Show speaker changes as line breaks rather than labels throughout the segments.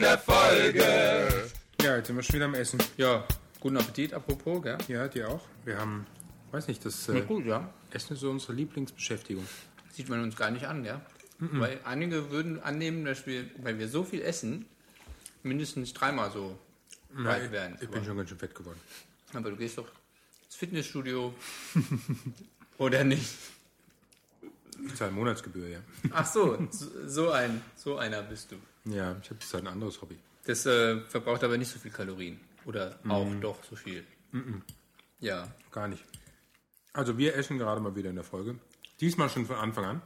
der Folge.
Ja, jetzt sind wir schon wieder am Essen.
Ja, guten Appetit apropos, gell?
Ja, dir auch. Wir haben, weiß nicht, das
Na
äh,
gut, ja.
Essen ist so unsere Lieblingsbeschäftigung.
Sieht man uns gar nicht an, gell?
Mhm.
Weil einige würden annehmen, dass wir, weil wir so viel essen, mindestens dreimal so
Na,
weit
ich
werden.
ich bin schon ganz schön fett geworden.
Aber, aber du gehst doch ins Fitnessstudio oder nicht?
Ich zahle Monatsgebühr, ja.
Ach so, so so ein, so einer bist du.
Ja, ich habe jetzt halt ein anderes Hobby.
Das äh, verbraucht aber nicht so viel Kalorien. Oder
Mhm.
auch doch so viel. Ja.
Gar nicht. Also wir essen gerade mal wieder in der Folge. Diesmal schon von Anfang an.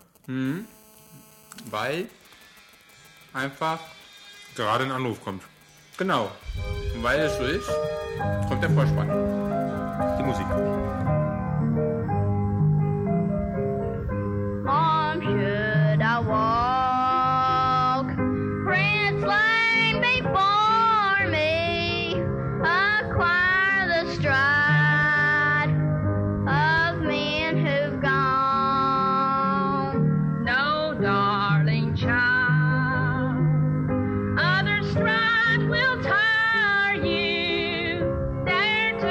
Weil einfach,
Gerade ein Anruf kommt.
genau, weil es so ist, kommt der Vorspann.
Die Musik.
On should I walk? Prince slain before me, acquire the stride of men who've gone. No, darling child, other strife will tire you. There to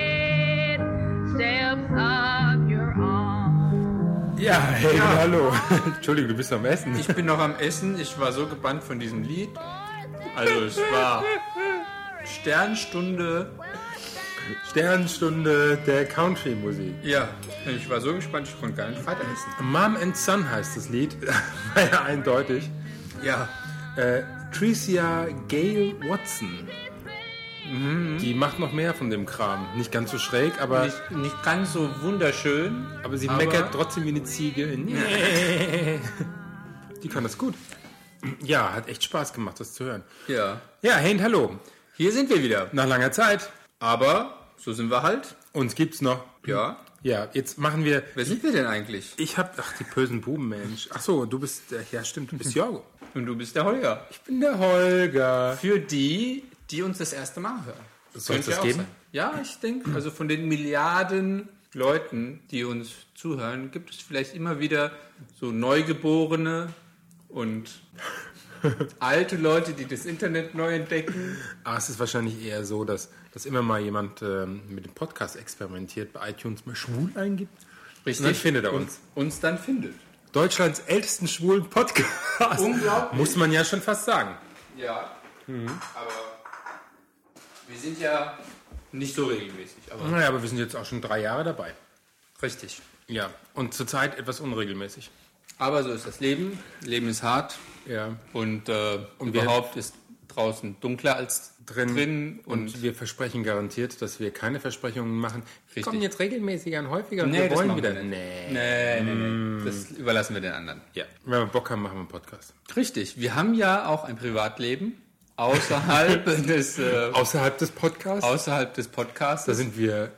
embed steps of your own.
Ja, hey, hallo. Entschuldigung, du bist am Essen.
Ich bin noch am Essen, ich war so gebannt von diesem Lied. Also es war Sternstunde.
Sternstunde der Country-Musik.
Ja, ich war so gespannt, ich konnte gar nicht weiter essen.
Mom and Son heißt das Lied. War ja eindeutig.
Ja,
Äh, Tricia Gale Watson. Die macht noch mehr von dem Kram. Nicht ganz so schräg, aber,
nicht, nicht ganz so wunderschön,
aber sie meckert trotzdem wie eine Ziege. Nee. Die kann das gut. Ja, hat echt Spaß gemacht, das zu hören.
Ja,
Ja, hey und hallo.
hier sind wir wieder.
Nach langer Zeit.
Aber so sind wir halt.
Uns gibt's noch.
Ja,
Ja, jetzt machen wir.
wer sind wir denn eigentlich?
Ich hab. Ach, die bösen Buben, Mensch. Ach so, du bist. äh, Ja, stimmt, du bist Jorgo.
Und du bist der Holger.
Ich bin der Holger.
Für die, die uns das erste Mal hören.
Soll es
Könnte
das
ja auch
geben?
sein. Ja, ich denke, also von den Milliarden Leuten, die uns zuhören, gibt es vielleicht immer wieder so Neugeborene und alte Leute, die das Internet neu entdecken.
Ah, es ist wahrscheinlich eher so, dass, dass immer mal jemand ähm, mit dem Podcast experimentiert, bei iTunes mal schwul eingibt.
Richtig.
dann findet er
Und
uns.
Uns dann findet.
Deutschlands ältesten schwulen Podcast.
Unglaublich.
Muss man ja schon fast sagen.
Ja,
Mhm.
aber wir sind ja nicht so regelmäßig. Aber
Naja, aber wir sind jetzt auch schon drei Jahre dabei.
Richtig.
Ja, und zurzeit etwas unregelmäßig.
Aber so ist das Leben. Leben ist hart
Ja.
und, äh,
wir-
überhaupt ist draußen dunkler als
Drin,
drin,
und,
und,
wir versprechen garantiert, dass wir keine Versprechungen machen. Wir
Richtig.
kommen jetzt regelmäßiger und häufiger und
Nee,
wir
das
wollen
machen
wieder.
wir
Nee.
nee, nee, nee,
mhm.
das überlassen wir den anderen.
Ja. Wenn wir Bock haben, machen wir einen Podcast.
Richtig. Wir haben ja auch ein Privatleben außerhalb des äh,
Außerhalb des Podcasts,
außerhalb des Podcasts.
da sind wir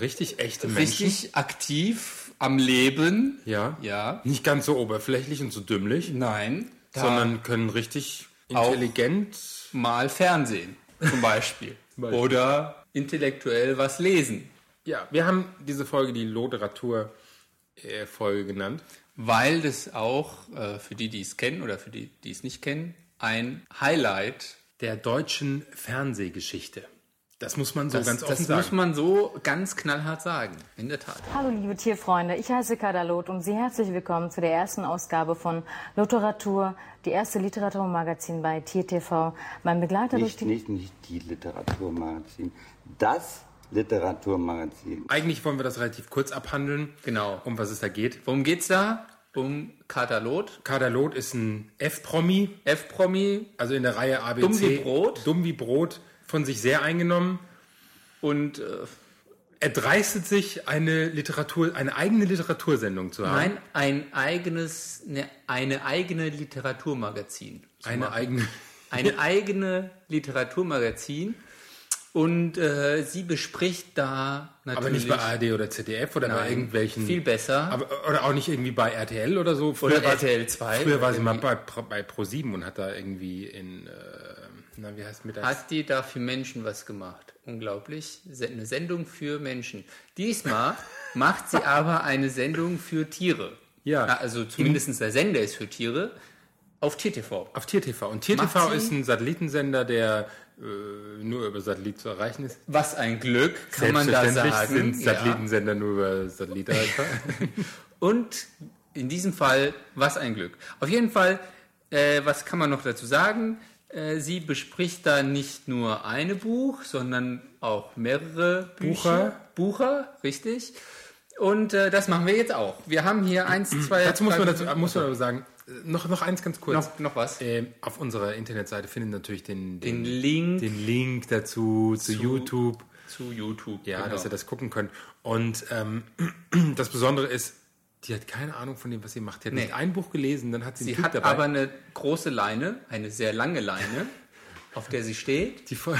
richtig echte Menschen.
richtig aktiv am Leben.
Ja.
Ja.
Nicht ganz so oberflächlich und so dümmlich,
Nein. Da
sondern können richtig intelligent.
mal Fernsehen zum Beispiel.
Beispiel.
Oder intellektuell was lesen.
Ja, wir haben diese Folge die Loderatur-Folge genannt.
weil das auch äh, für die, die es kennen oder für die, die es nicht kennen, ein Highlight.
Der deutschen Fernsehgeschichte. Das muss man so
Das,
ganz
das
offen
muss
sagen.
man so ganz knallhart sagen, in der Tat.
Hallo liebe Tierfreunde, ich heiße Kadalot und Sie herzlich willkommen zu der ersten Ausgabe von Literatur, die erste Literaturmagazin bei TierTV. Mein Begleiter durch
Nicht,
die
nicht, nicht die Literaturmagazin. Das Literaturmagazin.
Eigentlich wollen wir das relativ kurz abhandeln,
Genau.
um was es da geht.
Worum geht's da? Um Katalot,
Kader Loth ist ein F-Promi,
F-Promi
also in der Reihe ABC.
Dumm wie Brot.
Dumm wie Brot, von sich sehr eingenommen.
und äh,
Er dreistet sich, eine Literatur, eine eigene Literatursendung zu haben.
nein, ein eigenes, ne, eine eigene Literaturmagazin.
Eine eigene.
eine eigene Literaturmagazin und äh, sie bespricht da natürlich
Aber nicht bei ARD oder ZDF oder bei
Nein,
irgendwelchen.
viel besser.
Aber, oder auch nicht irgendwie bei RTL oder so. Früher
Oder
war-
RTL 2
Früher war sie mal
irgendwie.
bei, Pro- bei Pro7 und hat da irgendwie in. Äh, na, wie heißt mir das?
Hat die da für Menschen was gemacht? Unglaublich. Se- Eine Sendung für Menschen. Diesmal macht sie aber eine Sendung für Tiere.
Ja.
Also zumindest der Sender ist für Tiere. Auf TTV.
Auf TierTV. Und TierTV
Macht sie?
ist ein Satellitensender, der äh, nur über Satellit zu erreichen ist.
Was ein Glück, kann man da sagen.
sind
Ja.
Satellitensender nur über Satellit erreichbar.
Und in diesem Fall, was ein Glück. Auf jeden Fall, äh, was kann man noch dazu sagen? Äh, sie bespricht da nicht nur eine Buch, sondern auch mehrere Bücher. Bucher. Bucher, richtig. Und äh, das machen wir jetzt auch. Wir haben hier eins, zwei.
dazu muss
drei-
man, dazu, muss man aber sagen, äh, noch, noch eins ganz kurz.
noch, noch was.
Ähm, auf unserer Internetseite findet ihr natürlich den,
Den Link
den Link dazu zu, YouTube.
zu YouTube.
Ja,
genau.
dass ihr das gucken könnt. Und ähm, das Besondere ist, die hat keine Ahnung von dem, was sie macht. Die hat nicht ein Buch gelesen, dann hat sie,
Sie
einen Typ
hat aber eine große Leine, eine sehr lange Leine, auf der sie steht.
die Fol-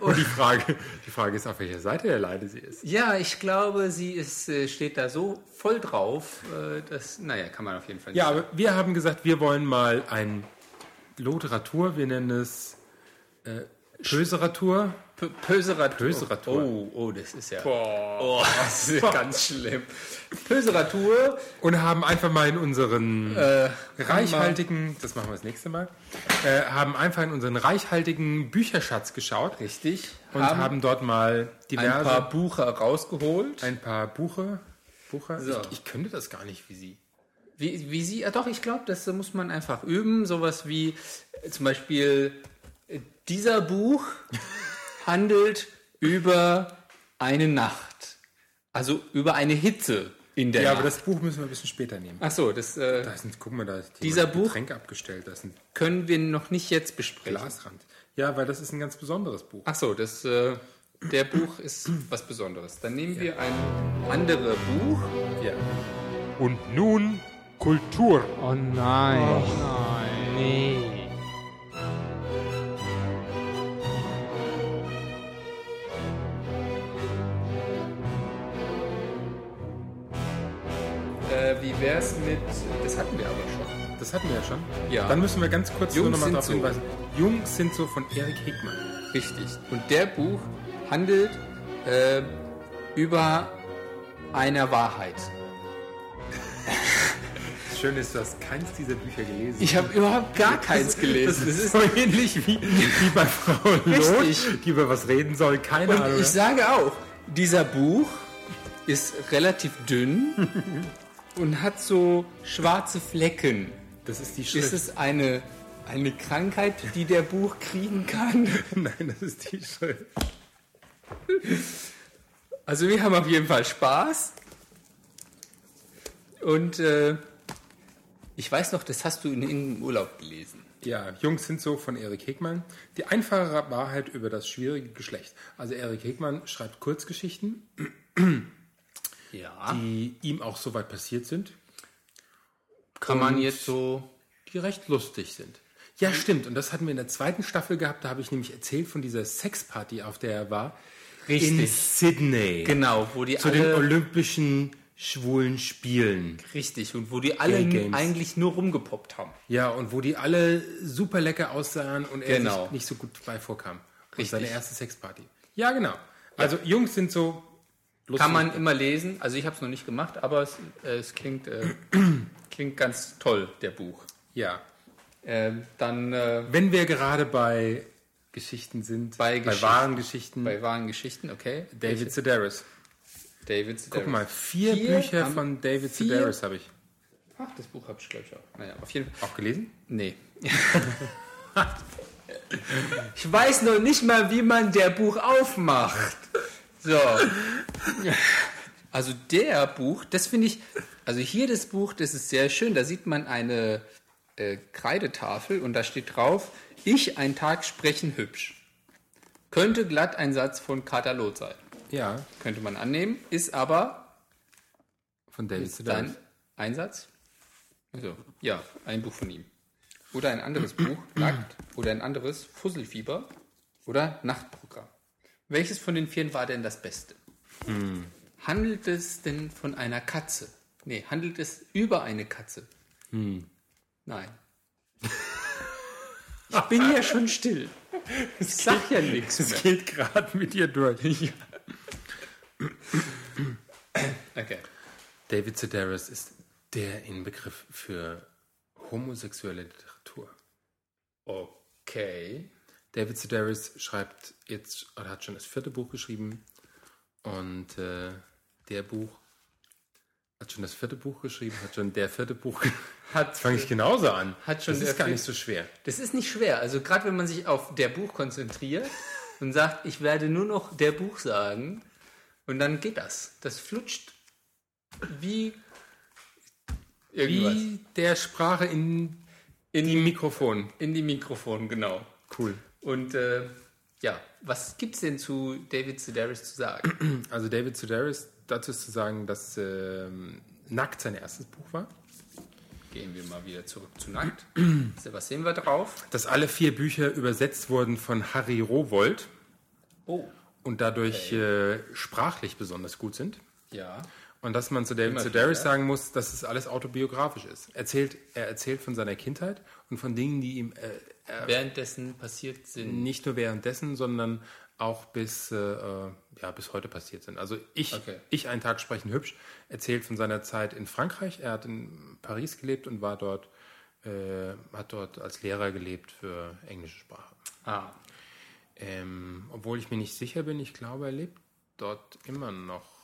Und die Frage, die Frage ist, auf welcher Seite der Leine sie ist.
Ja, ich glaube, sie ist, äh, steht da so voll drauf, äh, dass, naja, kann man auf jeden Fall nicht
Ja, aber wir haben gesagt, wir wollen mal ein Literatur, wir nennen es äh, Pöseratur.
P Pöseratur.
Pöseratur.
Oh, oh, das ist ja. Oh, das ist ganz schlimm. Pöseratur.
Und haben einfach mal in unseren
Äh,
reichhaltigen, das machen wir das nächste Mal, äh, haben einfach in unseren reichhaltigen Bücherschatz geschaut
Richtig.
und haben,
haben,
dort mal
ein
diverse
paar Bucher rausgeholt.
ein paar Buche. Bucher.
So.
Ich, ich könnte das gar nicht wie sie.
Wie, wie sie, ah, doch, ich glaube, das muss man einfach üben. Sowas wie äh, zum Beispiel, äh, dieser Buch handelt über eine Nacht. Also über eine Hitze in der
Ja, aber
Nacht.
das Buch müssen wir ein bisschen später nehmen.
Ach so, das äh,
Da ist ein, guck mal, da ist
Dieser
jemand ein
Buch-
Getränk abgestellt, da ist ein
können wir noch nicht jetzt besprechen.
Glasrand. Ja, weil das ist ein ganz besonderes Buch.
Ach so, das, äh, der Buch ist was Besonderes. Dann nehmen wir ein anderes Buch.
Ja. Und nun Kultur.
Oh nein. Nee. Äh, wie wär's mit. Das hatten wir aber schon.
Das hatten wir ja schon.
Ja.
Dann müssen wir ganz kurz
Jungs
nur nochmal
sind
darauf
so.
hinweisen. Jungs sind so von Erik Hickmann.
Richtig. Und der Buch handelt äh, über einer Wahrheit.
Das Schöne ist, du hast keins dieser Bücher gelesen.
Ich habe überhaupt gar keins gelesen.
das ist so ähnlich wie, wie bei Frau Loth,
Richtig.
die über was reden soll. Keine
Und
Ahnung.
ich sage auch, dieser Buch ist relativ dünn und hat so schwarze Flecken.
das ist die
Ist
Schrift.
es eine, eine Krankheit, die der Buch kriegen kann?
Nein, das ist die Schrift.
Also wir haben auf jeden Fall Spaß. Und äh, ich weiß noch, das hast du in irgendeinem Urlaub gelesen.
Ja, Jungs sind so von Erik Hegmann. Die einfache Wahrheit über das schwierige Geschlecht. Also Erik Hegmann schreibt Kurzgeschichten,
Ja.
die ihm auch soweit passiert sind,
kann man jetzt so.
die recht lustig sind. Ja,
Hm.
stimmt. Und das hatten wir in der zweiten Staffel gehabt. Da habe ich nämlich erzählt von dieser Sexparty, auf der er war. In Sydney.
Genau, wo die
Zu den
alle
Olympischen schwulen Spielen.
richtig und wo die alle
Gay Games.
eigentlich nur rumgepoppt haben.
Ja, und wo die alle super lecker aussahen und er
Genau.
sich nicht so gut bei vorkam. Und
Richtig.
seine erste Sexparty. Ja, genau. Also Jungs sind so lustig.
Kann man immer lesen. Also ich habe es noch nicht gemacht, aber es, äh, es klingt, äh, klingt ganz toll, der Buch.
Ja.
Ähm, dann äh,
Wenn wir gerade bei Geschichten sind,
Bei Geschichten.
wahren Geschichten,
bei wahren Geschichten, okay.
David Sedaris.
David Sedaris.
Guck mal, vier,
Vier
Bücher
haben-
von David
vier-
Sedaris habe ich
Ach, das Buch habe ich, glaube ich, auch. Naja, auf jeden Fall.
auch gelesen.
Nee. ich weiß noch nicht mal, wie man der Buch aufmacht. So. Also der Buch, das finde ich, also hier das Buch, das ist sehr schön. Da sieht man eine äh, Kreidetafel und da steht drauf, ich ein Tag sprechen hübsch. Könnte glatt ein Satz von Katalot sein.
Ja,
Könnte man annehmen, ist aber
von David Sedaris.
dein Einsatz. Also, ja, ein Buch von ihm. Oder ein anderes Buch, Nackt, oder ein anderes, Fusselfieber, oder Nachtprogramm. Welches von den vieren war denn das Beste? Hm. Handelt es denn von einer Katze? Nee, handelt es über eine Katze? Hm. Nein. Ich bin ja schon still. Ich sag ja nichts mehr.
Geht gerade mit dir durch.
Okay.
David Sedaris ist der Inbegriff für homosexuelle Literatur. Okay. David Sedaris schreibt jetzt, oder hat schon das vierte Buch geschrieben. Und äh, der Buch hat schon das vierte Buch geschrieben, hat schon der vierte Buch. ge-
Hat,
Fange ich genauso an.
Hat schon
das
der
ist gar
vier-
nicht so schwer.
das ist nicht schwer. Also gerade wenn man sich auf der Buch konzentriert und sagt, ich werde nur noch der Buch sagen, und dann geht das. Das flutscht wie irgendwas.
Wie der Sprache in, in die Mikrofon.
In die Mikrofon, genau.
Cool.
Und äh, ja, was gibt's denn zu David Sedaris zu sagen?
Also David Sedaris, dazu ist zu sagen, dass ähm, Nackt sein erstes Buch war.
Gehen wir mal wieder zurück zu Nackt. Was sehen wir drauf?
Dass alle vier Bücher übersetzt wurden von Harry Rowold
Oh,
und dadurch äh, sprachlich besonders gut sind.
ja.
Und dass man zu David
Immer
Sedaris
wieder.
sagen muss, dass es alles autobiografisch ist. Erzählt, er erzählt von seiner Kindheit und von Dingen, die ihm äh,
Währenddessen passiert sind.
nicht nur währenddessen, sondern auch bis, äh, äh, ja, bis heute passiert sind. Also ich,
Okay.
ich einen Tag sprechen hübsch, erzählt von seiner Zeit in Frankreich. Er hat in Paris gelebt und war dort, äh, hat dort als Lehrer gelebt für englische Sprache.
Ah,
Ähm, obwohl ich mir nicht sicher bin, ich glaube, er lebt dort immer noch.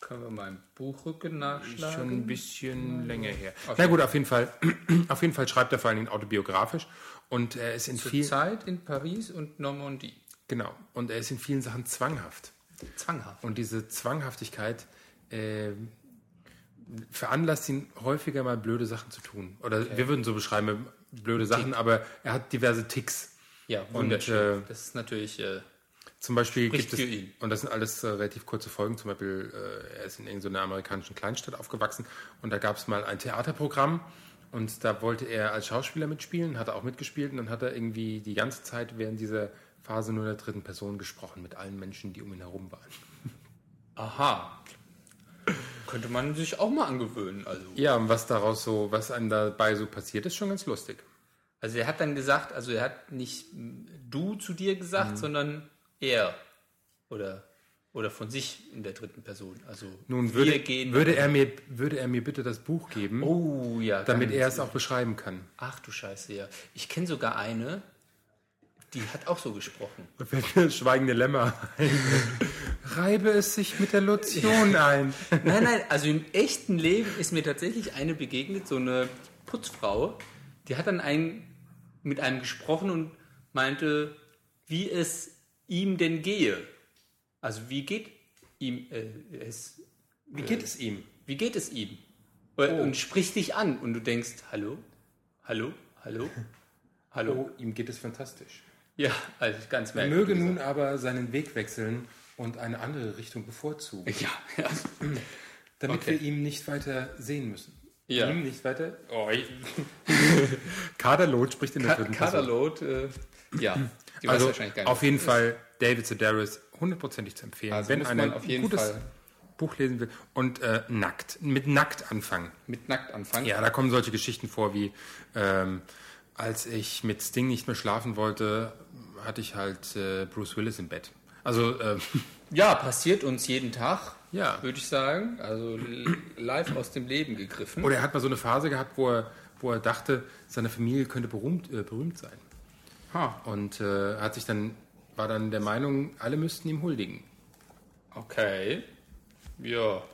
können wir mal im Buchrücken
Ist schon
nachschlagen?
ein bisschen länger her. Na gut, auf jeden Fall, auf jeden Fall schreibt er vor allen Dingen autobiografisch und er ist in
Zur
vielen,
Zeit in Paris und Normandie.
genau, und er ist in vielen Sachen zwanghaft.
Zwanghaft.
Und diese Zwanghaftigkeit äh, veranlasst ihn häufiger mal blöde Sachen zu tun. Oder wir würden so beschreiben, blöde Sachen, aber er hat diverse Ticks.
Ja,
Und,
wunderschön.
äh,
das ist natürlich äh,
Zum Beispiel
Spricht
gibt es,
für ihn.
und das sind alles äh, relativ kurze Folgen, zum Beispiel, äh, er ist in irgendeiner amerikanischen Kleinstadt aufgewachsen und da gab es mal ein Theaterprogramm und da wollte er als Schauspieler mitspielen, hat er auch mitgespielt und dann hat er irgendwie die ganze Zeit während dieser Phase nur in der dritten Person gesprochen mit allen Menschen, die um ihn herum waren.
aha. Könnte man sich auch mal angewöhnen. Also.
Ja, und was daraus so, was einem dabei so passiert, ist schon ganz lustig.
also er hat dann gesagt, also er hat nicht mm, du zu dir gesagt,
Mhm.
sondern er. Oder, oder von sich in der dritten Person. Also
Nun
wir
würde,
gehen.
würde, er, mir, würde er mir bitte das Buch geben,
oh ja,
damit
ganz-
er es auch beschreiben kann.
Ach du Scheiße, ja. Ich kenne sogar eine, die hat auch so gesprochen.
Und wenn wir das schweigende Lämmer ein. Reibe es sich mit der Lotion ein.
Nein, nein, also im echten Leben ist mir tatsächlich eine begegnet, so eine Putzfrau, die hat dann einen, mit einem gesprochen und meinte, wie es ihm denn gehe. Also wie geht ihm äh, es,
Wie geht es ihm? Oh.
wie geht es ihm? Oder- Und spricht dich an und du denkst, hallo, hallo, hallo, hallo.
Oh, ihm geht es fantastisch.
Ja, also ganz
Er
merkwürdig.
möge nun aber seinen Weg wechseln und eine andere Richtung bevorzugen,
Ja, ja.
damit
Okay.
wir ihm nicht weiter sehen müssen.
Ja.
Ihm nicht weiter. Oh, ich- Kaderlot spricht in der dritten Person.
Kaderlot, äh, ja. Die weiß
Also
wahrscheinlich gar nicht,
auf jeden
was das ist.
Fall David Sedaris hundertprozentig zu empfehlen,
Also
wenn
muss
einer
man auf jeden
ein gutes
Fall.
Buch lesen will und äh, nackt mit nackt anfangen.
Mit nackt anfangen.
Ja, da kommen solche Geschichten vor wie ähm, als ich mit Sting nicht mehr schlafen wollte, hatte ich halt äh, Bruce Willis im Bett. Also äh,
Ja, passiert uns jeden Tag,
Ja.
würde ich sagen. Also l- live aus dem Leben gegriffen.
oder er hat mal so eine Phase gehabt, wo er wo er dachte, seine Familie könnte berühmt äh, berühmt sein
ha,
und äh, hat sich dann war dann der Meinung, alle müssten ihm huldigen.
okay. Ja.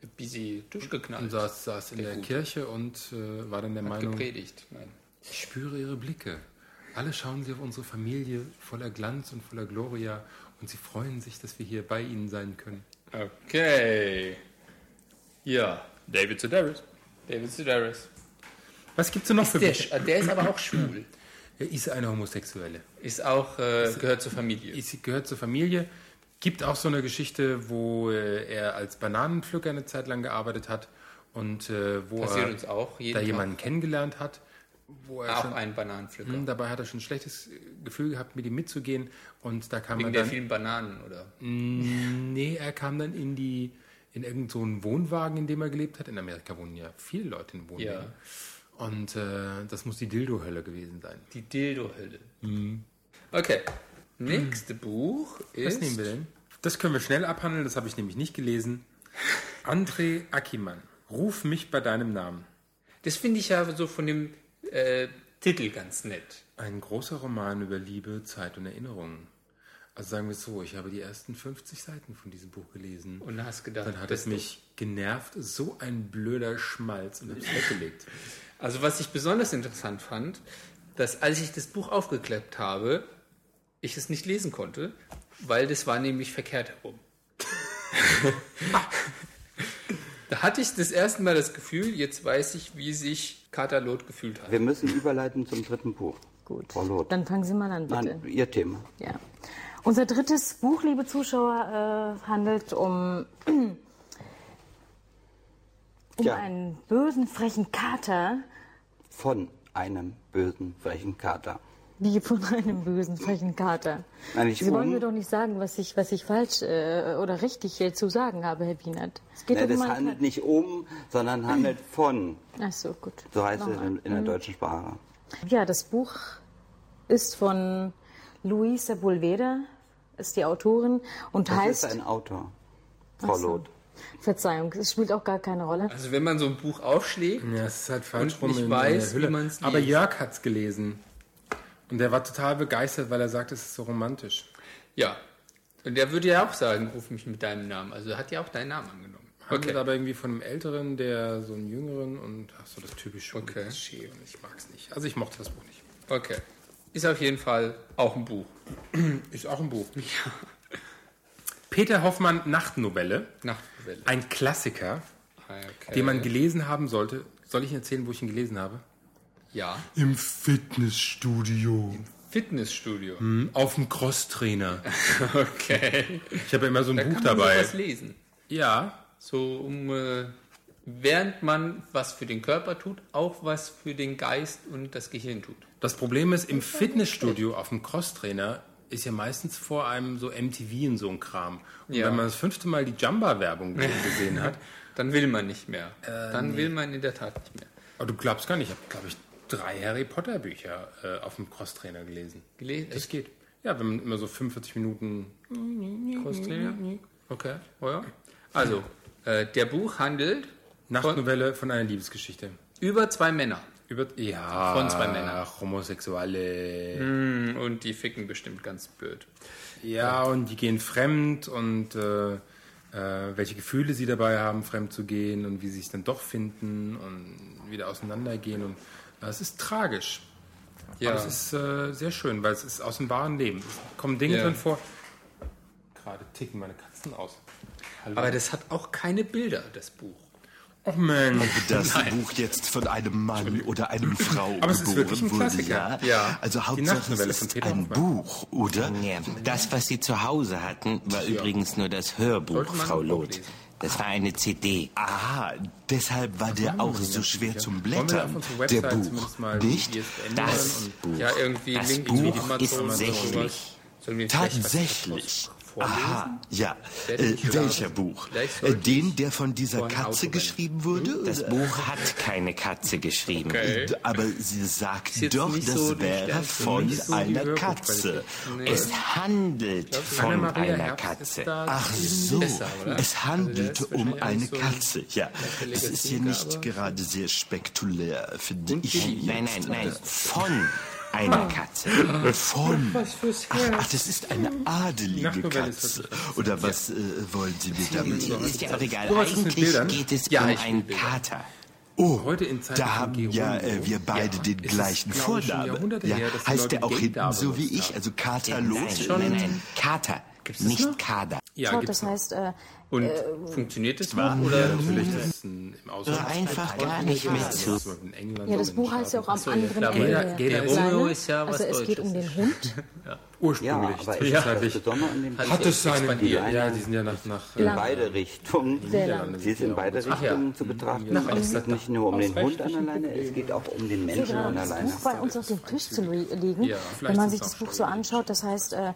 Ein bisschen durchgeknallt.
Und saß, saß in der
Gute.
Kirche und äh, war dann der Meinung,
gepredigt. Nein.
Ich spüre ihre Blicke. Alle schauen sie auf unsere Familie voller Glanz und voller Gloria und sie freuen sich, dass wir hier bei ihnen sein können.
Okay. Ja.
David Sedaris.
David Sedaris.
Was gibt's denn noch für
Der,
Bücher?
sch- äh, der ist aber auch schwul.
Er ist eine Homosexuelle.
Ist auch, äh, gehört zur Familie.
Sie gehört zur Familie. Gibt auch so eine Geschichte, wo äh, er als Bananenpflücker eine Zeit lang gearbeitet hat und äh, wo
Passiert
er
uns auch jeden
da
Tag.
jemanden kennengelernt hat. Wo er
Auch
schon, Hm.
ein Bananenpflücker.
dabei hat er schon ein schlechtes äh, Gefühl gehabt, mit ihm mitzugehen. Und da kam
Wegen
er
der
dann Hm.
vielen Bananen, oder?
Nee, er kam dann in die in irgendeinen so einen Wohnwagen, in dem er gelebt hat. In Amerika wohnen ja viele Leute in Wohnwagen. Und äh, das muss die Dildo-Hölle gewesen sein.
Die Dildo-Hölle. Okay. Nächste Buch ist.
Hm. Was nehmen wir denn? Das können wir schnell abhandeln, das habe ich nämlich nicht gelesen. André Ackermann, ruf mich bei deinem Namen.
Das finde ich ja so von dem äh, Titel ganz nett.
Ein großer Roman über Liebe, Zeit und Erinnerungen. Also sagen wir es so, ich habe die ersten 50 Seiten von diesem Buch gelesen.
Und hast gedacht,
dann hat
das
es mich genervt, so ein blöder Schmalz und hab's weggelegt.
Also was ich besonders interessant fand, dass als ich das Buch aufgeklappt habe, ich es nicht lesen konnte, weil das war nämlich verkehrt herum. da hatte ich das erste Mal das Gefühl, jetzt weiß ich, wie sich Katalot gefühlt hat.
Wir müssen überleiten zum dritten Buch.
Gut.
Frau Loth.
Dann fangen Sie mal an, bitte.
Nein, Ihr Thema.
Ja. Unser drittes Buch, liebe Zuschauer, äh, handelt um, um
Ja.
einen bösen, frechen Kater,
Von einem bösen, frechen Kater.
die von einem bösen, frechen Kater.
Nein, ich
Sie wollen
um-
mir doch nicht sagen, was ich, was ich falsch äh, oder richtig äh, zu sagen habe, Herr Wienert. Es geht
Ne,
doch um
das
einen
handelt nicht um, sondern handelt von.
Kater. Ach so, gut.
So heißt es
Nochmal. Mhm.
in, in der deutschen Sprache.
Ja, das Buch ist von Luisa Bulveda, ist die Autorin und
Das
heißt...
ist ein Autor. Frau Loth.
Verzeihung, es spielt auch gar keine Rolle.
Also wenn man so ein Buch aufschlägt,
Ja, es ist halt falsch
Und ich
in- in
weiß,
der Hülle.
wie man's
Aber
liest.
Jörg hat's gelesen. Und der war total begeistert, weil er sagt, es ist so romantisch.
ja. Und der würde ja auch sagen, ruf mich mit deinem Namen. Also hat ja auch deinen Namen angenommen.
Handelt
Okay.
aber irgendwie von einem Älteren, der so einen Jüngeren und ach so das typische
Okay.
Klischee und ich mag's nicht. Also ich mochte das Buch nicht.
Okay. Ist auf jeden Fall auch ein Buch.
Ist auch ein Buch. Peter Hoffmann Nachtnovelle.
Nachtwelle. Ah,
Ein Klassiker,
Okay.
den man gelesen haben sollte. Soll ich Ihnen erzählen, wo ich ihn gelesen habe?
ja.
Im Fitnessstudio.
Fitnessstudio.
Auf dem Crosstrainer.
Okay.
Ich habe ja immer so ein
Da
Hm. Buch
kann man
dabei.
sowas lesen.
Ja,
So um äh, während man was für den Körper tut, auch was für den Geist und das Gehirn tut.
Das Problem ist, im Fitnessstudio auf dem Crosstrainer ist ja meistens vor einem so MTV und so ein Kram. Und
Ja.
wenn man das fünfte Mal die Jamba-Werbung gesehen hat,
Dann will man nicht mehr.
Äh,
Dann will man in der Tat nicht mehr.
aber du glaubst gar nicht, ich habe, glaube ich, drei Harry Potter-Bücher äh, auf dem Crosstrainer gelesen.
Gelesen?
Das geht. Ja, wenn man immer so 45 Minuten.
Großtrainer? Okay, oh ja. Also, äh, der Buch handelt
Nachtnovelle von einer Liebesgeschichte.
über zwei Männer.
Über, ja,
Von zwei Männern. Mhm.
Homosexuelle. Hm.
Und die ficken bestimmt ganz blöd.
Ja, und die gehen fremd und äh, äh, welche Gefühle sie dabei haben, fremd zu gehen und wie sie sich dann doch finden und wieder auseinandergehen. Und äh, es ist tragisch. Ja. Aber es ist äh, sehr schön, weil es ist aus dem wahren Leben. Es kommen Dinge
Ja.
drin vor. Gerade ticken meine Katzen aus. Hallo.
Aber das hat auch keine Bilder, das Buch.
Och Mensch.
das Buch jetzt von einem Mann oder einem Frau
Aber es ist
geboren
wirklich ein
wurde,
Klassiker.
ja?
Ja.
Also Hauptsache es
Nachtnovelle von
ist
Peter
ein
Hoffmann.
Buch, oder?
Ja, das, was Sie zu Hause hatten, war übrigens nur das Hörbuch,
Sollte man
Frau
ein Buch
Loth.
lesen?
Das war eine CD.
Aha, Ah, deshalb war der auch so schwer zum
Wollen wir auf
Blättern,
unsere
der
Website
Buch,
zumindest mal, wie
nicht?
E
wir es beenden
Das
wollen
Buch.
Ja, irgendwie
Das
linkt
Buch
die
ist
Amazon oder
sächlich.
sowas. Sollen wir vielleicht was daraus
Tatsächlich.
vorlesen?
Aha, ja. Äh,
Vielleicht-
welcher Buch?
Vielleicht
Äh,
sollte
Den, der von dieser
ein Auto
Katze
rennen.
geschrieben wurde?
Hm?
Das
Also,
oder?
äh,
Buch hat keine Katze geschrieben.
Okay.
Aber sie sagt
jetzt
doch,
nicht
das
so die
wäre
Stärke,
von
nicht so die
einer
Hörbuchqualität.
Katze.
Es handelt von
Anne-Maria
einer
Herbst
Katze.
ist da
Ach so,
besser, oder?
es handelt
Also der ist
um
wahrscheinlich auch
eine
nicht so ein
Katze. Ja, das ist hier nicht gerade sehr spektakulär, finde ich. jetzt.
Nein, nein, nein, von einer Katze.
Von.
fürs
Ach, ach, das ist eine adelige
Nachtnovelle ist
Katze.
wirklich was.
Oder was äh, wollen Sie mir damit sagen?
Ist ja auch egal.
Oh, was ist mit Bildern?
Eigentlich geht es
Ja,
um
ich will
einen
Bilder.
Kater.
Oh,
Heute in Zeiten
da
von
haben
Geronimo.
ja äh, wir beide
Ja.
den
Es ist,
gleichen
glaube ich, schon
Vornamen.
Jahrhunderte
Ja,
her, dass die
heißt
Leute
der auch
Geld
hinten
dafür
so wie
benutzt
ich, also Kater
Nein,
los.
nein, nein, Kater, nicht Kader.
Ja,
So,
gibt's
das
noch.
heißt, äh,
Und funktioniert das
war-
Buch oder
Vielleicht ist es ein- im Ausland.
Hör einfach gar nicht mehr zu.
Also in England
ja,
und
das
in
Buch
den
heißt ja auch am
Staaten.
anderen
klar,
Ende.
Gera-
der
Geronimo
Leine.
ist ja was
also es geht
Deutsches.
um den Hund.
Ja,
ursprünglich,
aber
halt
ich das
zwischenzeitlich.
Besondere an dem
Hat es seine
expandiert.
Ja, die sind ja nach, nach
in Äh, beide Richtungen.
Sehr lang.
Sie ist in beide Richtungen zu betrachten. aber es geht nicht nur um den Hund an der Leine, es geht auch um den Menschen
Genau,
an der
das
Leine.
Buch bei uns auf dem Tisch zu li- liegen,
Ja,
wenn
vielleicht
man
ist
sich
es
das
auch
Buch so
schon
anschaut. Das heißt, äh,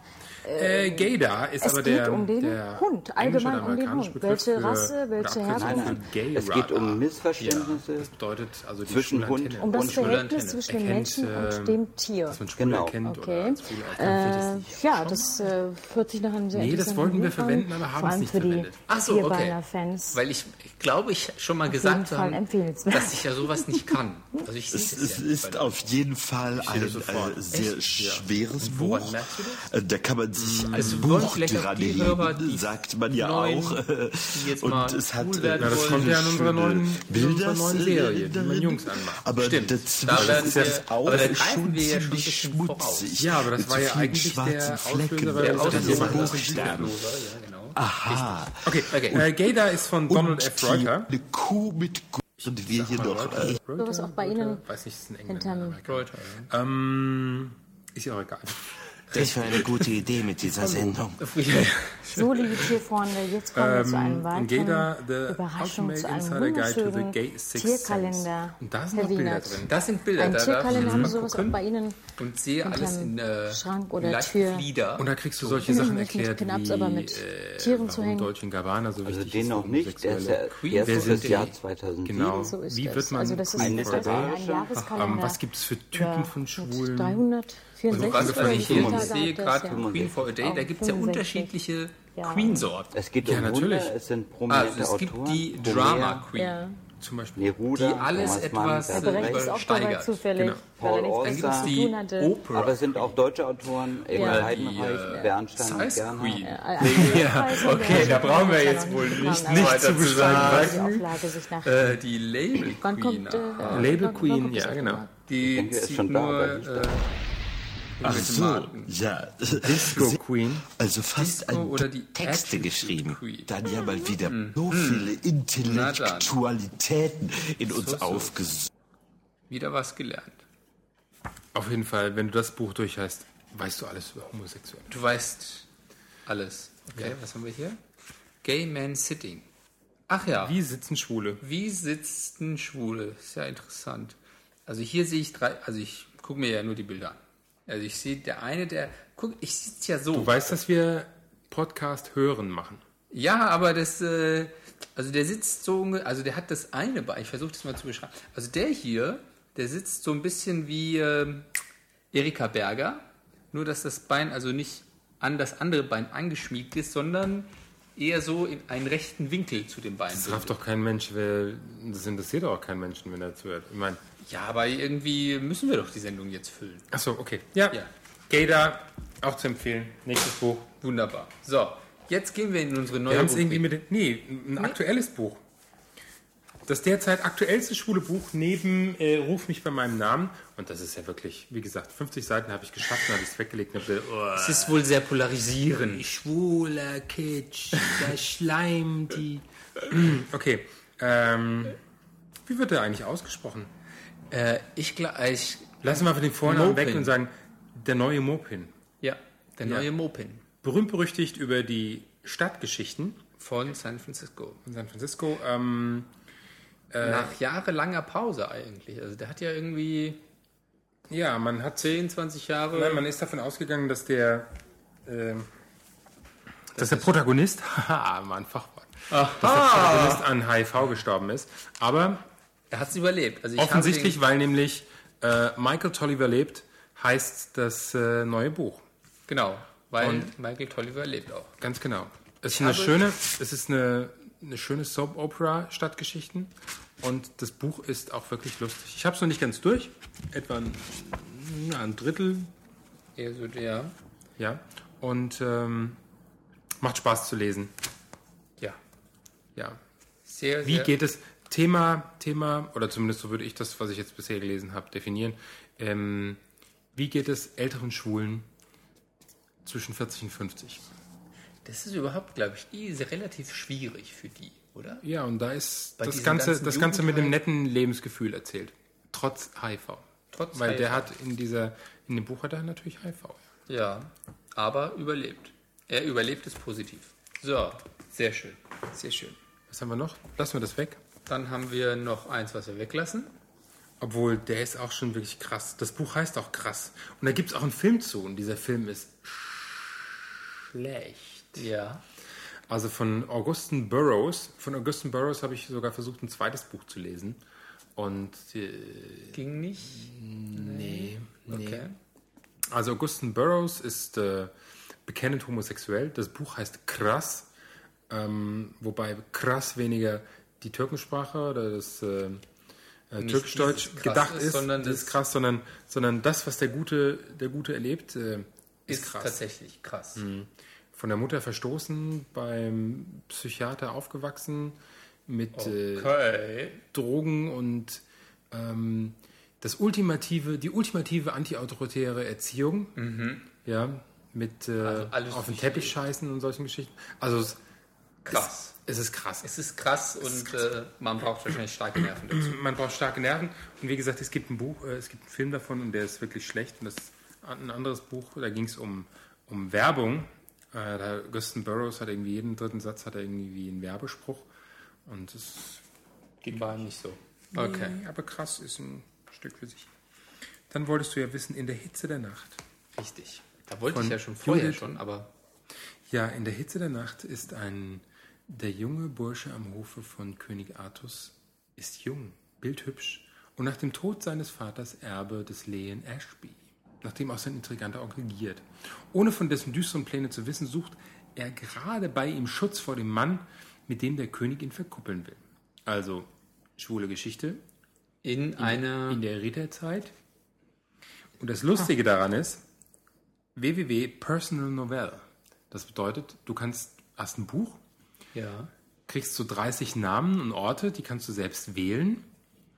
Äh, Gaydar ist
es
aber
geht
der,
um den
der
Hund,
englische oder
allgemein um den
amerikanische
Hund.
Begriff
Welche
für-
Rasse, welche
oder
Herkunft?
Abkürzung für
Nein, nein.
Gay
Es geht um
Radar.
Missverständnisse
Ja, das bedeutet also die
zwischen Hund
Schulantenne.
um das
Und
Verhältnis
Schulantenne.
zwischen
Erkennt,
Menschen und
äh,
dem Tier.
dass man Schwule
Genau.
erkennt
Okay.
oder als Schwule erkannt wird.
äh, ja, das äh, hört sich nach einem sehr
Nee, das
interessanten
wollten wir
Buch an,
verwenden, aber haben
vor
es
allem
nicht
für die
verwendet.
Ach so, okay.
Vierbeiner-Fans.
Weil ich, ich glaube, ich schon mal
jeden
gesagt
Fall
habe,
empfehlenswert.
dass ich ja sowas nicht kann. Also ich
Es,
sehe
es
ja nicht,
ist
weil-
auf jeden Fall ein
sofort.
äh, sehr
Echt? Ja.
schweres
woran
Buch.
merkst du
Äh, Da kann man sich ein
Also wollen
Buch
vielleicht auch
dran
die
heben,
Hörer, die
sagt man ja
neuen,
auch. äh,
die jetzt mal
Und es hat
cool
äh,
werden
Ja, das
wollen.
kommt ja an unserer neuen,
Bilder
unserer neuen Serie, die man Jungs anmacht.
Aber
Stimmt.
dazwischen
Da werden
ist
wir-
das auch
aber da greifen
schon
wir ja schon ein
ziemlich
bisschen
schmutzig.
voraus.
Ja, aber das
mit
war
so
ja
vielen
eigentlich der
schwarzen Flecken.
Auslöser, weil
Der
wir
Auslöser
das
war
Buch
das
sterben.
Spielerloser, ja, genau.
Aha.
Okay,
Okay.
Äh, Gator ist von Donald F.
die,
Reuter.
eine Kuh mit Gu- und wir hier noch. Äh,
Sowas auch bei Ihnen
Weiß nicht, ist ein
hinterm-
Engländer.
Reuter,
Ähm, ist ja auch egal.
Das war eine gute Idee mit dieser Sendung.
So, liebe Tierfreunde, jetzt kommen wir zu einem
in
weiteren
Gator, Ähm, The
Überraschung,
Ultimate
zu einem
Insider Guide to the
wunderschönen
Gay Sixth
Tierkalender.
Sense. Und da sind noch Bilder drin.
Das sind Bilder,
Ein
da darf ich
Tierkalender haben
mal
Sie sowas auch
gucken
bei Ihnen
und sehe alles in äh,
hinterm Schrank oder
leicht
Tür.
Flieder.
Und da kriegst du solche
Kindern
Sachen
nicht mit
erklärt,
Pin-ups,
wie
aber mit
äh,
Tieren
warum
zu hängen.
Deutsch in Gabbana so
Also
wichtig
den
ist.
noch nicht, der ist ja
Homosexuelle.
Queens.
erst
Wer
aus
sind
das
die?
Jahr 2007.
Genau.
So ist
Wie
das.
wird man
also das ist
Queen
das war ein
Kardashian?
Jahreskalender.
Ähm, was gibt's für
Ja,
Typen von
mit
Schwulen?
364
Was also ich
Bilder
hier
gab
sehe,
es,
gerade
ja.
Queen for a Day, da gibt es ja
65.
unterschiedliche
Ja.
Queen-Sorten.
Es geht
Ja,
um
natürlich.
Wunder, es sind prominente
Also es gibt
Autoren.
die
Homer,
Drama Queen.
Ja.
Zum Beispiel.
Neruda,
die alles
Thomas
etwas,
Mann,
äh,
Bernd
Brecht
Brecht.
ist auch dabei
Übersteigert.
zufällig,
Paul
weil er nichts
Dann
damit zu
Auster.
gibt es die
tun hatte. Also Oh,
Opera
Aber es sind auch deutsche Autoren, Egon
Ja.
Heidenreich, Bernstein und
Size
Gerhard.
Queen.
Ja,
Okay, da brauchen wir jetzt wohl nicht, nicht weiter zu sagen.
Die Auflage sich nach.
Äh, die Label
Wann
Queen.
kommt, äh, wann-
Label
wann
Queen,
kommt das
ja,
auf
genau.
einmal?
die
denke, er ist
zieht
schon da,
nur
aber nicht
äh,
Ach so,
Marken.
ja.
Disco Queen.
Also fast
Disco
ein
oder die
Texte
Attitude
geschrieben.
Queen.
dann ja mal wieder so viele Intellektualitäten in uns aufgesucht.
Wieder was gelernt.
Auf jeden Fall, wenn du das Buch durch hast, weißt du alles über Homosexuelle.
Du weißt alles. Okay, was haben wir hier? Gay Man Sitting. Ach ja, wie,
Wie sitzen Schwule?
sitzt ein Schwule? Ist ja interessant. Also hier sehe ich drei, also ich gucke mir ja nur die Bilder an. Also ich sehe, der eine, der, guck, ich sitze ja so.
Du weißt, dass wir Podcast hören machen.
Ja, aber das, äh, also der sitzt so, unge- also der hat das eine Bein, ich versuche das mal zu beschreiben. Also der hier, der sitzt so ein bisschen wie ähm, Erika Berger, nur dass das Bein also nicht an das andere Bein angeschmiegt ist, sondern eher so in einen rechten Winkel zu dem Bein.
Das rafft doch kein Mensch, wer, das interessiert doch auch keinen Menschen, wenn er zuhört. Ich meine,
Ja, aber irgendwie müssen wir doch die Sendung jetzt füllen.
achso, okay. Ja.
Ja.
Gator, auch zu empfehlen. Nächstes Buch.
Wunderbar. So, jetzt gehen wir in unsere neue
Wir haben es
Rubrik.
irgendwie mit. den- Nee, ein aktuelles Buch. Das derzeit aktuellste schwule Buch neben äh, Ruf mich bei meinem Namen. Und das ist ja wirklich, wie gesagt, 50 Seiten habe ich geschafft, dann habe ich es weggelegt und habe oh,
Es ist wohl sehr polarisierend.
Schwuler Kitsch, der Schleim, die. Okay. Ähm, wie wird der eigentlich ausgesprochen?
Äh, ich glaube, ich,
Lassen wir einfach den Vornamen
Mopin.
weg und sagen, der neue Mopin.
ja, der neue Mopin
Berühmt-berüchtigt über die Stadtgeschichten
von San Francisco. Äh,
in San Francisco. Ähm,
Nach jahrelanger Pause eigentlich. Also der hat ja irgendwie
ja, man hat
10, 20 Jahre.
Nein, man ist davon ausgegangen, dass der, ähm, dass der Protagonist, haha, Mann, Fachmann, dass der Protagonist an HIV gestorben ist. Aber
er hat es überlebt. Also ich
offensichtlich,
habe
weil nämlich äh, Michael Tolliver lebt, heißt das äh, neue Buch.
den, genau, weil Michael Tolliver lebt auch.
Ganz genau. Es ist eine schöne, es ist eine, eine schöne Soap Opera Stadtgeschichten und das Buch ist auch wirklich lustig. Ich habe es noch nicht ganz durch, etwa ein, ja, ein Drittel,
Eher so der.
ja, und ähm, macht Spaß zu lesen.
Ja.
Ja.
Sehr,
Wie
sehr,
geht es? Thema, Thema, oder zumindest so würde ich das, was ich jetzt bisher gelesen habe, definieren. Ähm, wie geht es älteren Schwulen zwischen 40 und 50?
Das ist überhaupt, glaube ich, easy, relativ schwierig für die, oder?
Ja, und da ist das
diesen
Ganze,
ganzen
das Ganze mit dem
Jugendheit-
netten Lebensgefühl erzählt. Trotz HIV.
Trotz
Weil der
HIV.
hat in dieser, in dem Buch hat er natürlich HIV. ja.
Ja. Aber überlebt. Er überlebt es positiv. So, sehr schön. Sehr schön.
Was haben wir noch? Lassen wir das weg.
Dann haben wir noch eins, was wir weglassen.
Obwohl, der ist auch schon wirklich krass. Das Buch heißt auch krass. Und da gibt es auch einen Film zu. Und dieser Film ist schlecht.
Ja.
Also von Augustin Burroughs. Von Augustin Burroughs habe ich sogar versucht, ein zweites Buch zu lesen. Und äh,
Ging nicht.
nee, nee.
Okay.
Also Augustin Burroughs ist äh, bekennend homosexuell. Das Buch heißt Krass, ähm, wobei krass weniger die Türkensprache oder das äh, äh,
Nicht
Türkisch-Deutsch
dieses Krass
gedacht
ist,
ist,
sondern
das ist
das-
krass, sondern, sondern das, was der Gute, der Gute erlebt, äh, ist,
Ist
krass.
tatsächlich krass. Hm.
Von der Mutter verstoßen, beim Psychiater aufgewachsen, mit
Oh,
äh,
Okay.
Drogen und ähm, das ultimative, die ultimative antiautoritäre Erziehung, Mhm. ja, mit äh,
alles
auf den
durchlebt.
Teppich scheißen und solchen Geschichten. Also es,
Krass.
es ist krass.
Es ist krass und Äh, man braucht wahrscheinlich starke Nerven dazu.
man braucht starke Nerven und wie gesagt, es gibt ein Buch, äh, es gibt einen Film davon und der ist wirklich schlecht und das ist an- ein anderes Buch, da ging es um, um Werbung. Äh, da Guston Burroughs hat irgendwie jeden dritten Satz hat er irgendwie einen Werbespruch und das
Hm.
war nicht so.
Okay.
Nee, Mm, aber krass ist ein Stück für sich. Dann wolltest du ja wissen, in der Hitze der Nacht.
Richtig. Da wollte
Von
ich ja schon vorher
Judith.
schon, aber
Ja, in der Hitze der Nacht ist ein der junge Bursche am Hofe von König Artus ist jung, bildhübsch und nach dem Tod seines Vaters Erbe des Lehen Ashby, nachdem auch sein intriganter Onkel giert. Ohne von dessen düsteren Pläne zu wissen, sucht er gerade bei ihm Schutz vor dem Mann, mit dem der König ihn verkuppeln will. Also schwule Geschichte,
in einer
in der Ritterzeit. Und das Lustige daran ist, www Personal Novel. Das bedeutet, du kannst, hast ein Buch,
ja.
kriegst so 30 Namen und Orte, die kannst du selbst wählen,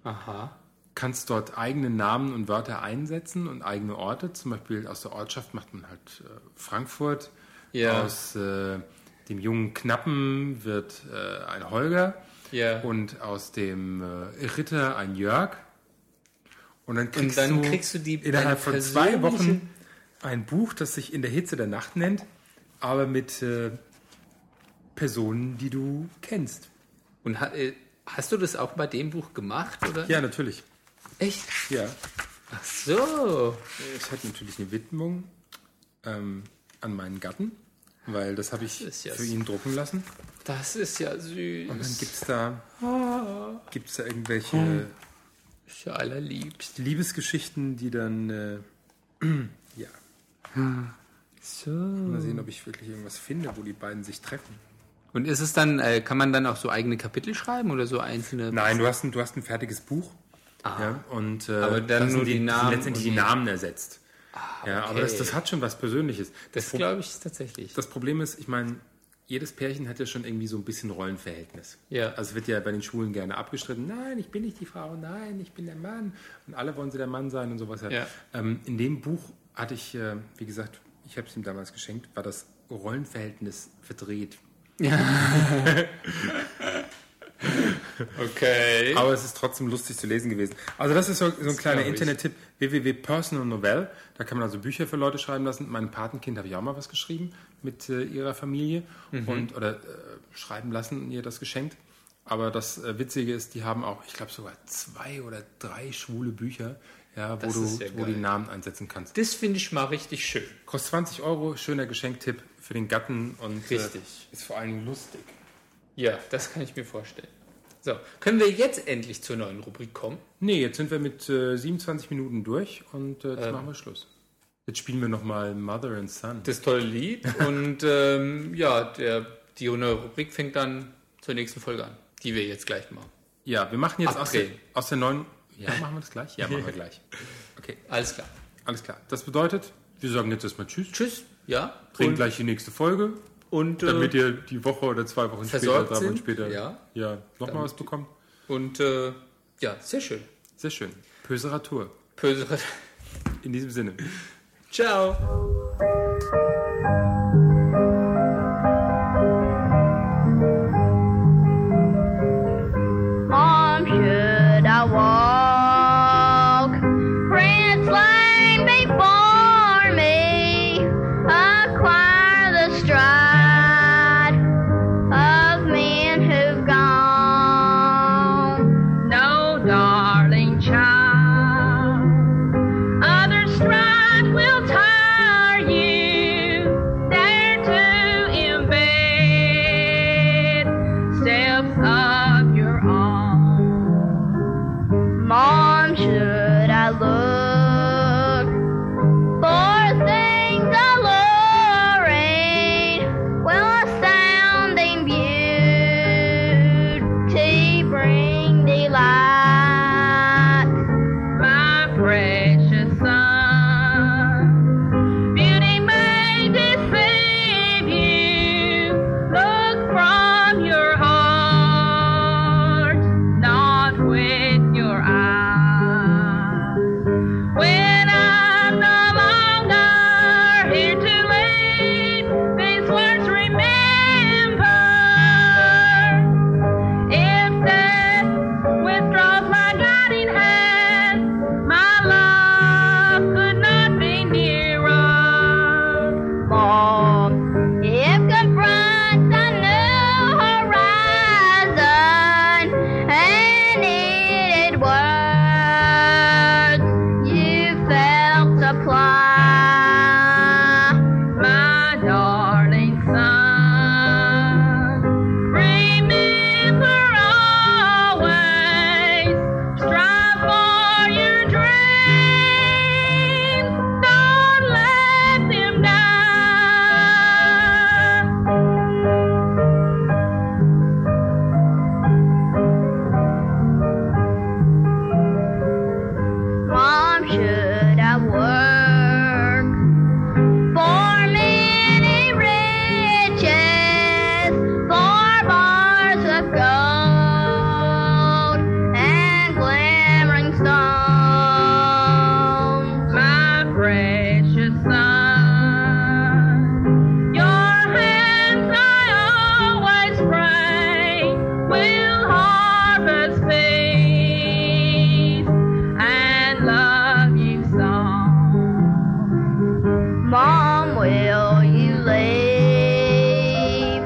Aha.
kannst dort eigene Namen und Wörter einsetzen und eigene Orte. Zum Beispiel aus der Ortschaft macht man halt äh, Frankfurt,
Ja.
aus äh, dem jungen Knappen wird äh, ein Holger
Ja. Und,
und aus dem äh, Ritter ein Jörg. Und dann kriegst,
dann
du,
kriegst du die
innerhalb
deine
von zwei
persönliche-
Wochen ein Buch, das sich in der Hitze der Nacht nennt, aber mit äh, Personen, die du kennst.
Und ha- äh, hast du das auch bei dem Buch gemacht oder?
Ja, natürlich.
Echt?
Ja.
Ach so.
Ich hatte natürlich eine Widmung ähm, an meinen Gatten, weil das habe ich
ist ja
für
süß.
ihn drucken lassen.
Das ist ja süß. Ah. Hm.
Und dann gibt es da, gibt's da irgendwelche
ist ja allerliebst.
Liebesgeschichten, die dann, äh, ja,
So.
mal sehen, ob ich wirklich irgendwas finde, wo die beiden sich treffen.
Und ist es dann, äh, kann man dann auch so eigene Kapitel schreiben oder so einzelne?
Nein, du hast ein, du hast ein fertiges Buch. Ja, und äh,
Ah. Aber dann
da sind
nur die
sind
Namen und
letztendlich die
die- Ah,
Namen ersetzt. Ja, aber das, das hat schon was Persönliches.
Das
Pro-
glaube ich tatsächlich.
das Problem ist, ich meine, jedes Pärchen hat ja schon irgendwie so ein bisschen Rollenverhältnis.
Ja.
Also wird ja bei den Schwulen gerne abgestritten. Nein, ich bin nicht die Frau. Nein, ich bin der Mann. Und alle wollen sie der Mann sein und sowas.
Ja.
Ähm, in dem Buch hatte ich, äh, wie gesagt, ich habe es ihm damals geschenkt, war das Rollenverhältnis verdreht.
Okay.
Aber es ist trotzdem lustig zu lesen gewesen. Also das ist so, so ein kleiner
glaub ich.
Internet-Tipp. www.personalnovel. Da kann man also Bücher für Leute schreiben lassen. Mein Patenkind habe ich auch mal was geschrieben mit äh, ihrer Familie
Mhm.
und oder äh, schreiben lassen und ihr das geschenkt. Aber das äh, Witzige ist, die haben auch, ich glaube sogar zwei oder drei schwule Bücher, ja, wo
Das
du
ist ja
wo du die
geil.
Namen einsetzen kannst.
Das finde ich mal richtig schön.
Kostet 20 Euro, schöner Geschenktipp für den Gatten und
Richtig.
Äh, ist vor allem lustig.
Ja, das kann ich mir vorstellen. So, können wir jetzt endlich zur neuen Rubrik kommen?
Nee, jetzt sind wir mit äh, 27 Minuten durch und äh, jetzt machen wir Schluss. Jetzt spielen wir nochmal Mother and Son.
Das tolle Lied und ähm, ja, der, die neue Rubrik fängt dann zur nächsten Folge an, die wir jetzt gleich machen.
Ja, wir machen jetzt aus der,
Abdrehen.
aus der neuen. Ja, machen wir das gleich? Ja, machen wir gleich.
Alles klar.
Alles klar. Das bedeutet, wir sagen jetzt erstmal Tschüss.
Tschüss. Ja.
Bringen gleich die nächste Folge,
Und,
damit
äh,
ihr die Woche oder zwei Wochen später,
Versorgt
drei Wochen
sind,
später
ja.
ja, nochmal was bekommt.
und äh, ja, sehr schön.
Sehr schön. Pöserer Tour.
Pösere.
In diesem Sinne.
Ciao.
Mom, should I walk? Prince Lane before me, acquire the stride of men who've gone. No, darling child, other stride will tire words you failed to apply. My darling son, remember always, strive for your dreams. Don't let them die. Mom, should I work for many riches, for bars of gold and glimmering stones? My precious son. Your hands I always pray will harvest peace and love you song. Mom, will you leave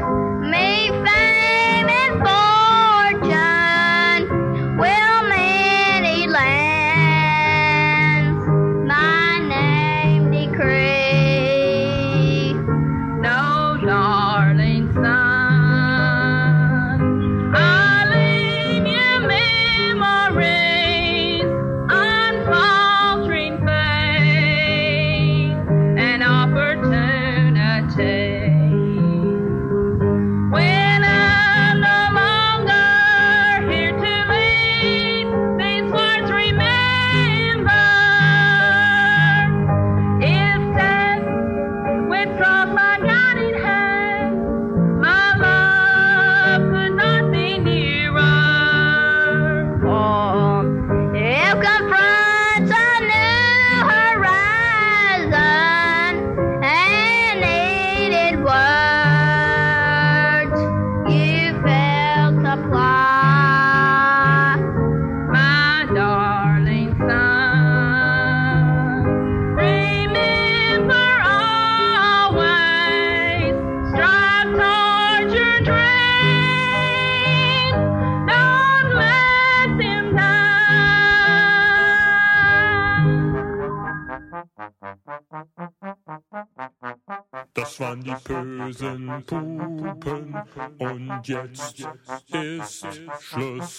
me fame and fortune? Will many lands my name decree? No, darling son, I leave you memories, unfaltering faith, and opportunity. When I'm no longer here to lead, these words remember. If death withdraws my guiding hand. My love could not be nearer. For it Oh, confronts a new horizon and needed words you failed to apply. My darling son, remember always, strive towards your dreams. Don't let them die.
Das waren die bösen Pupen und jetzt ist Schluss.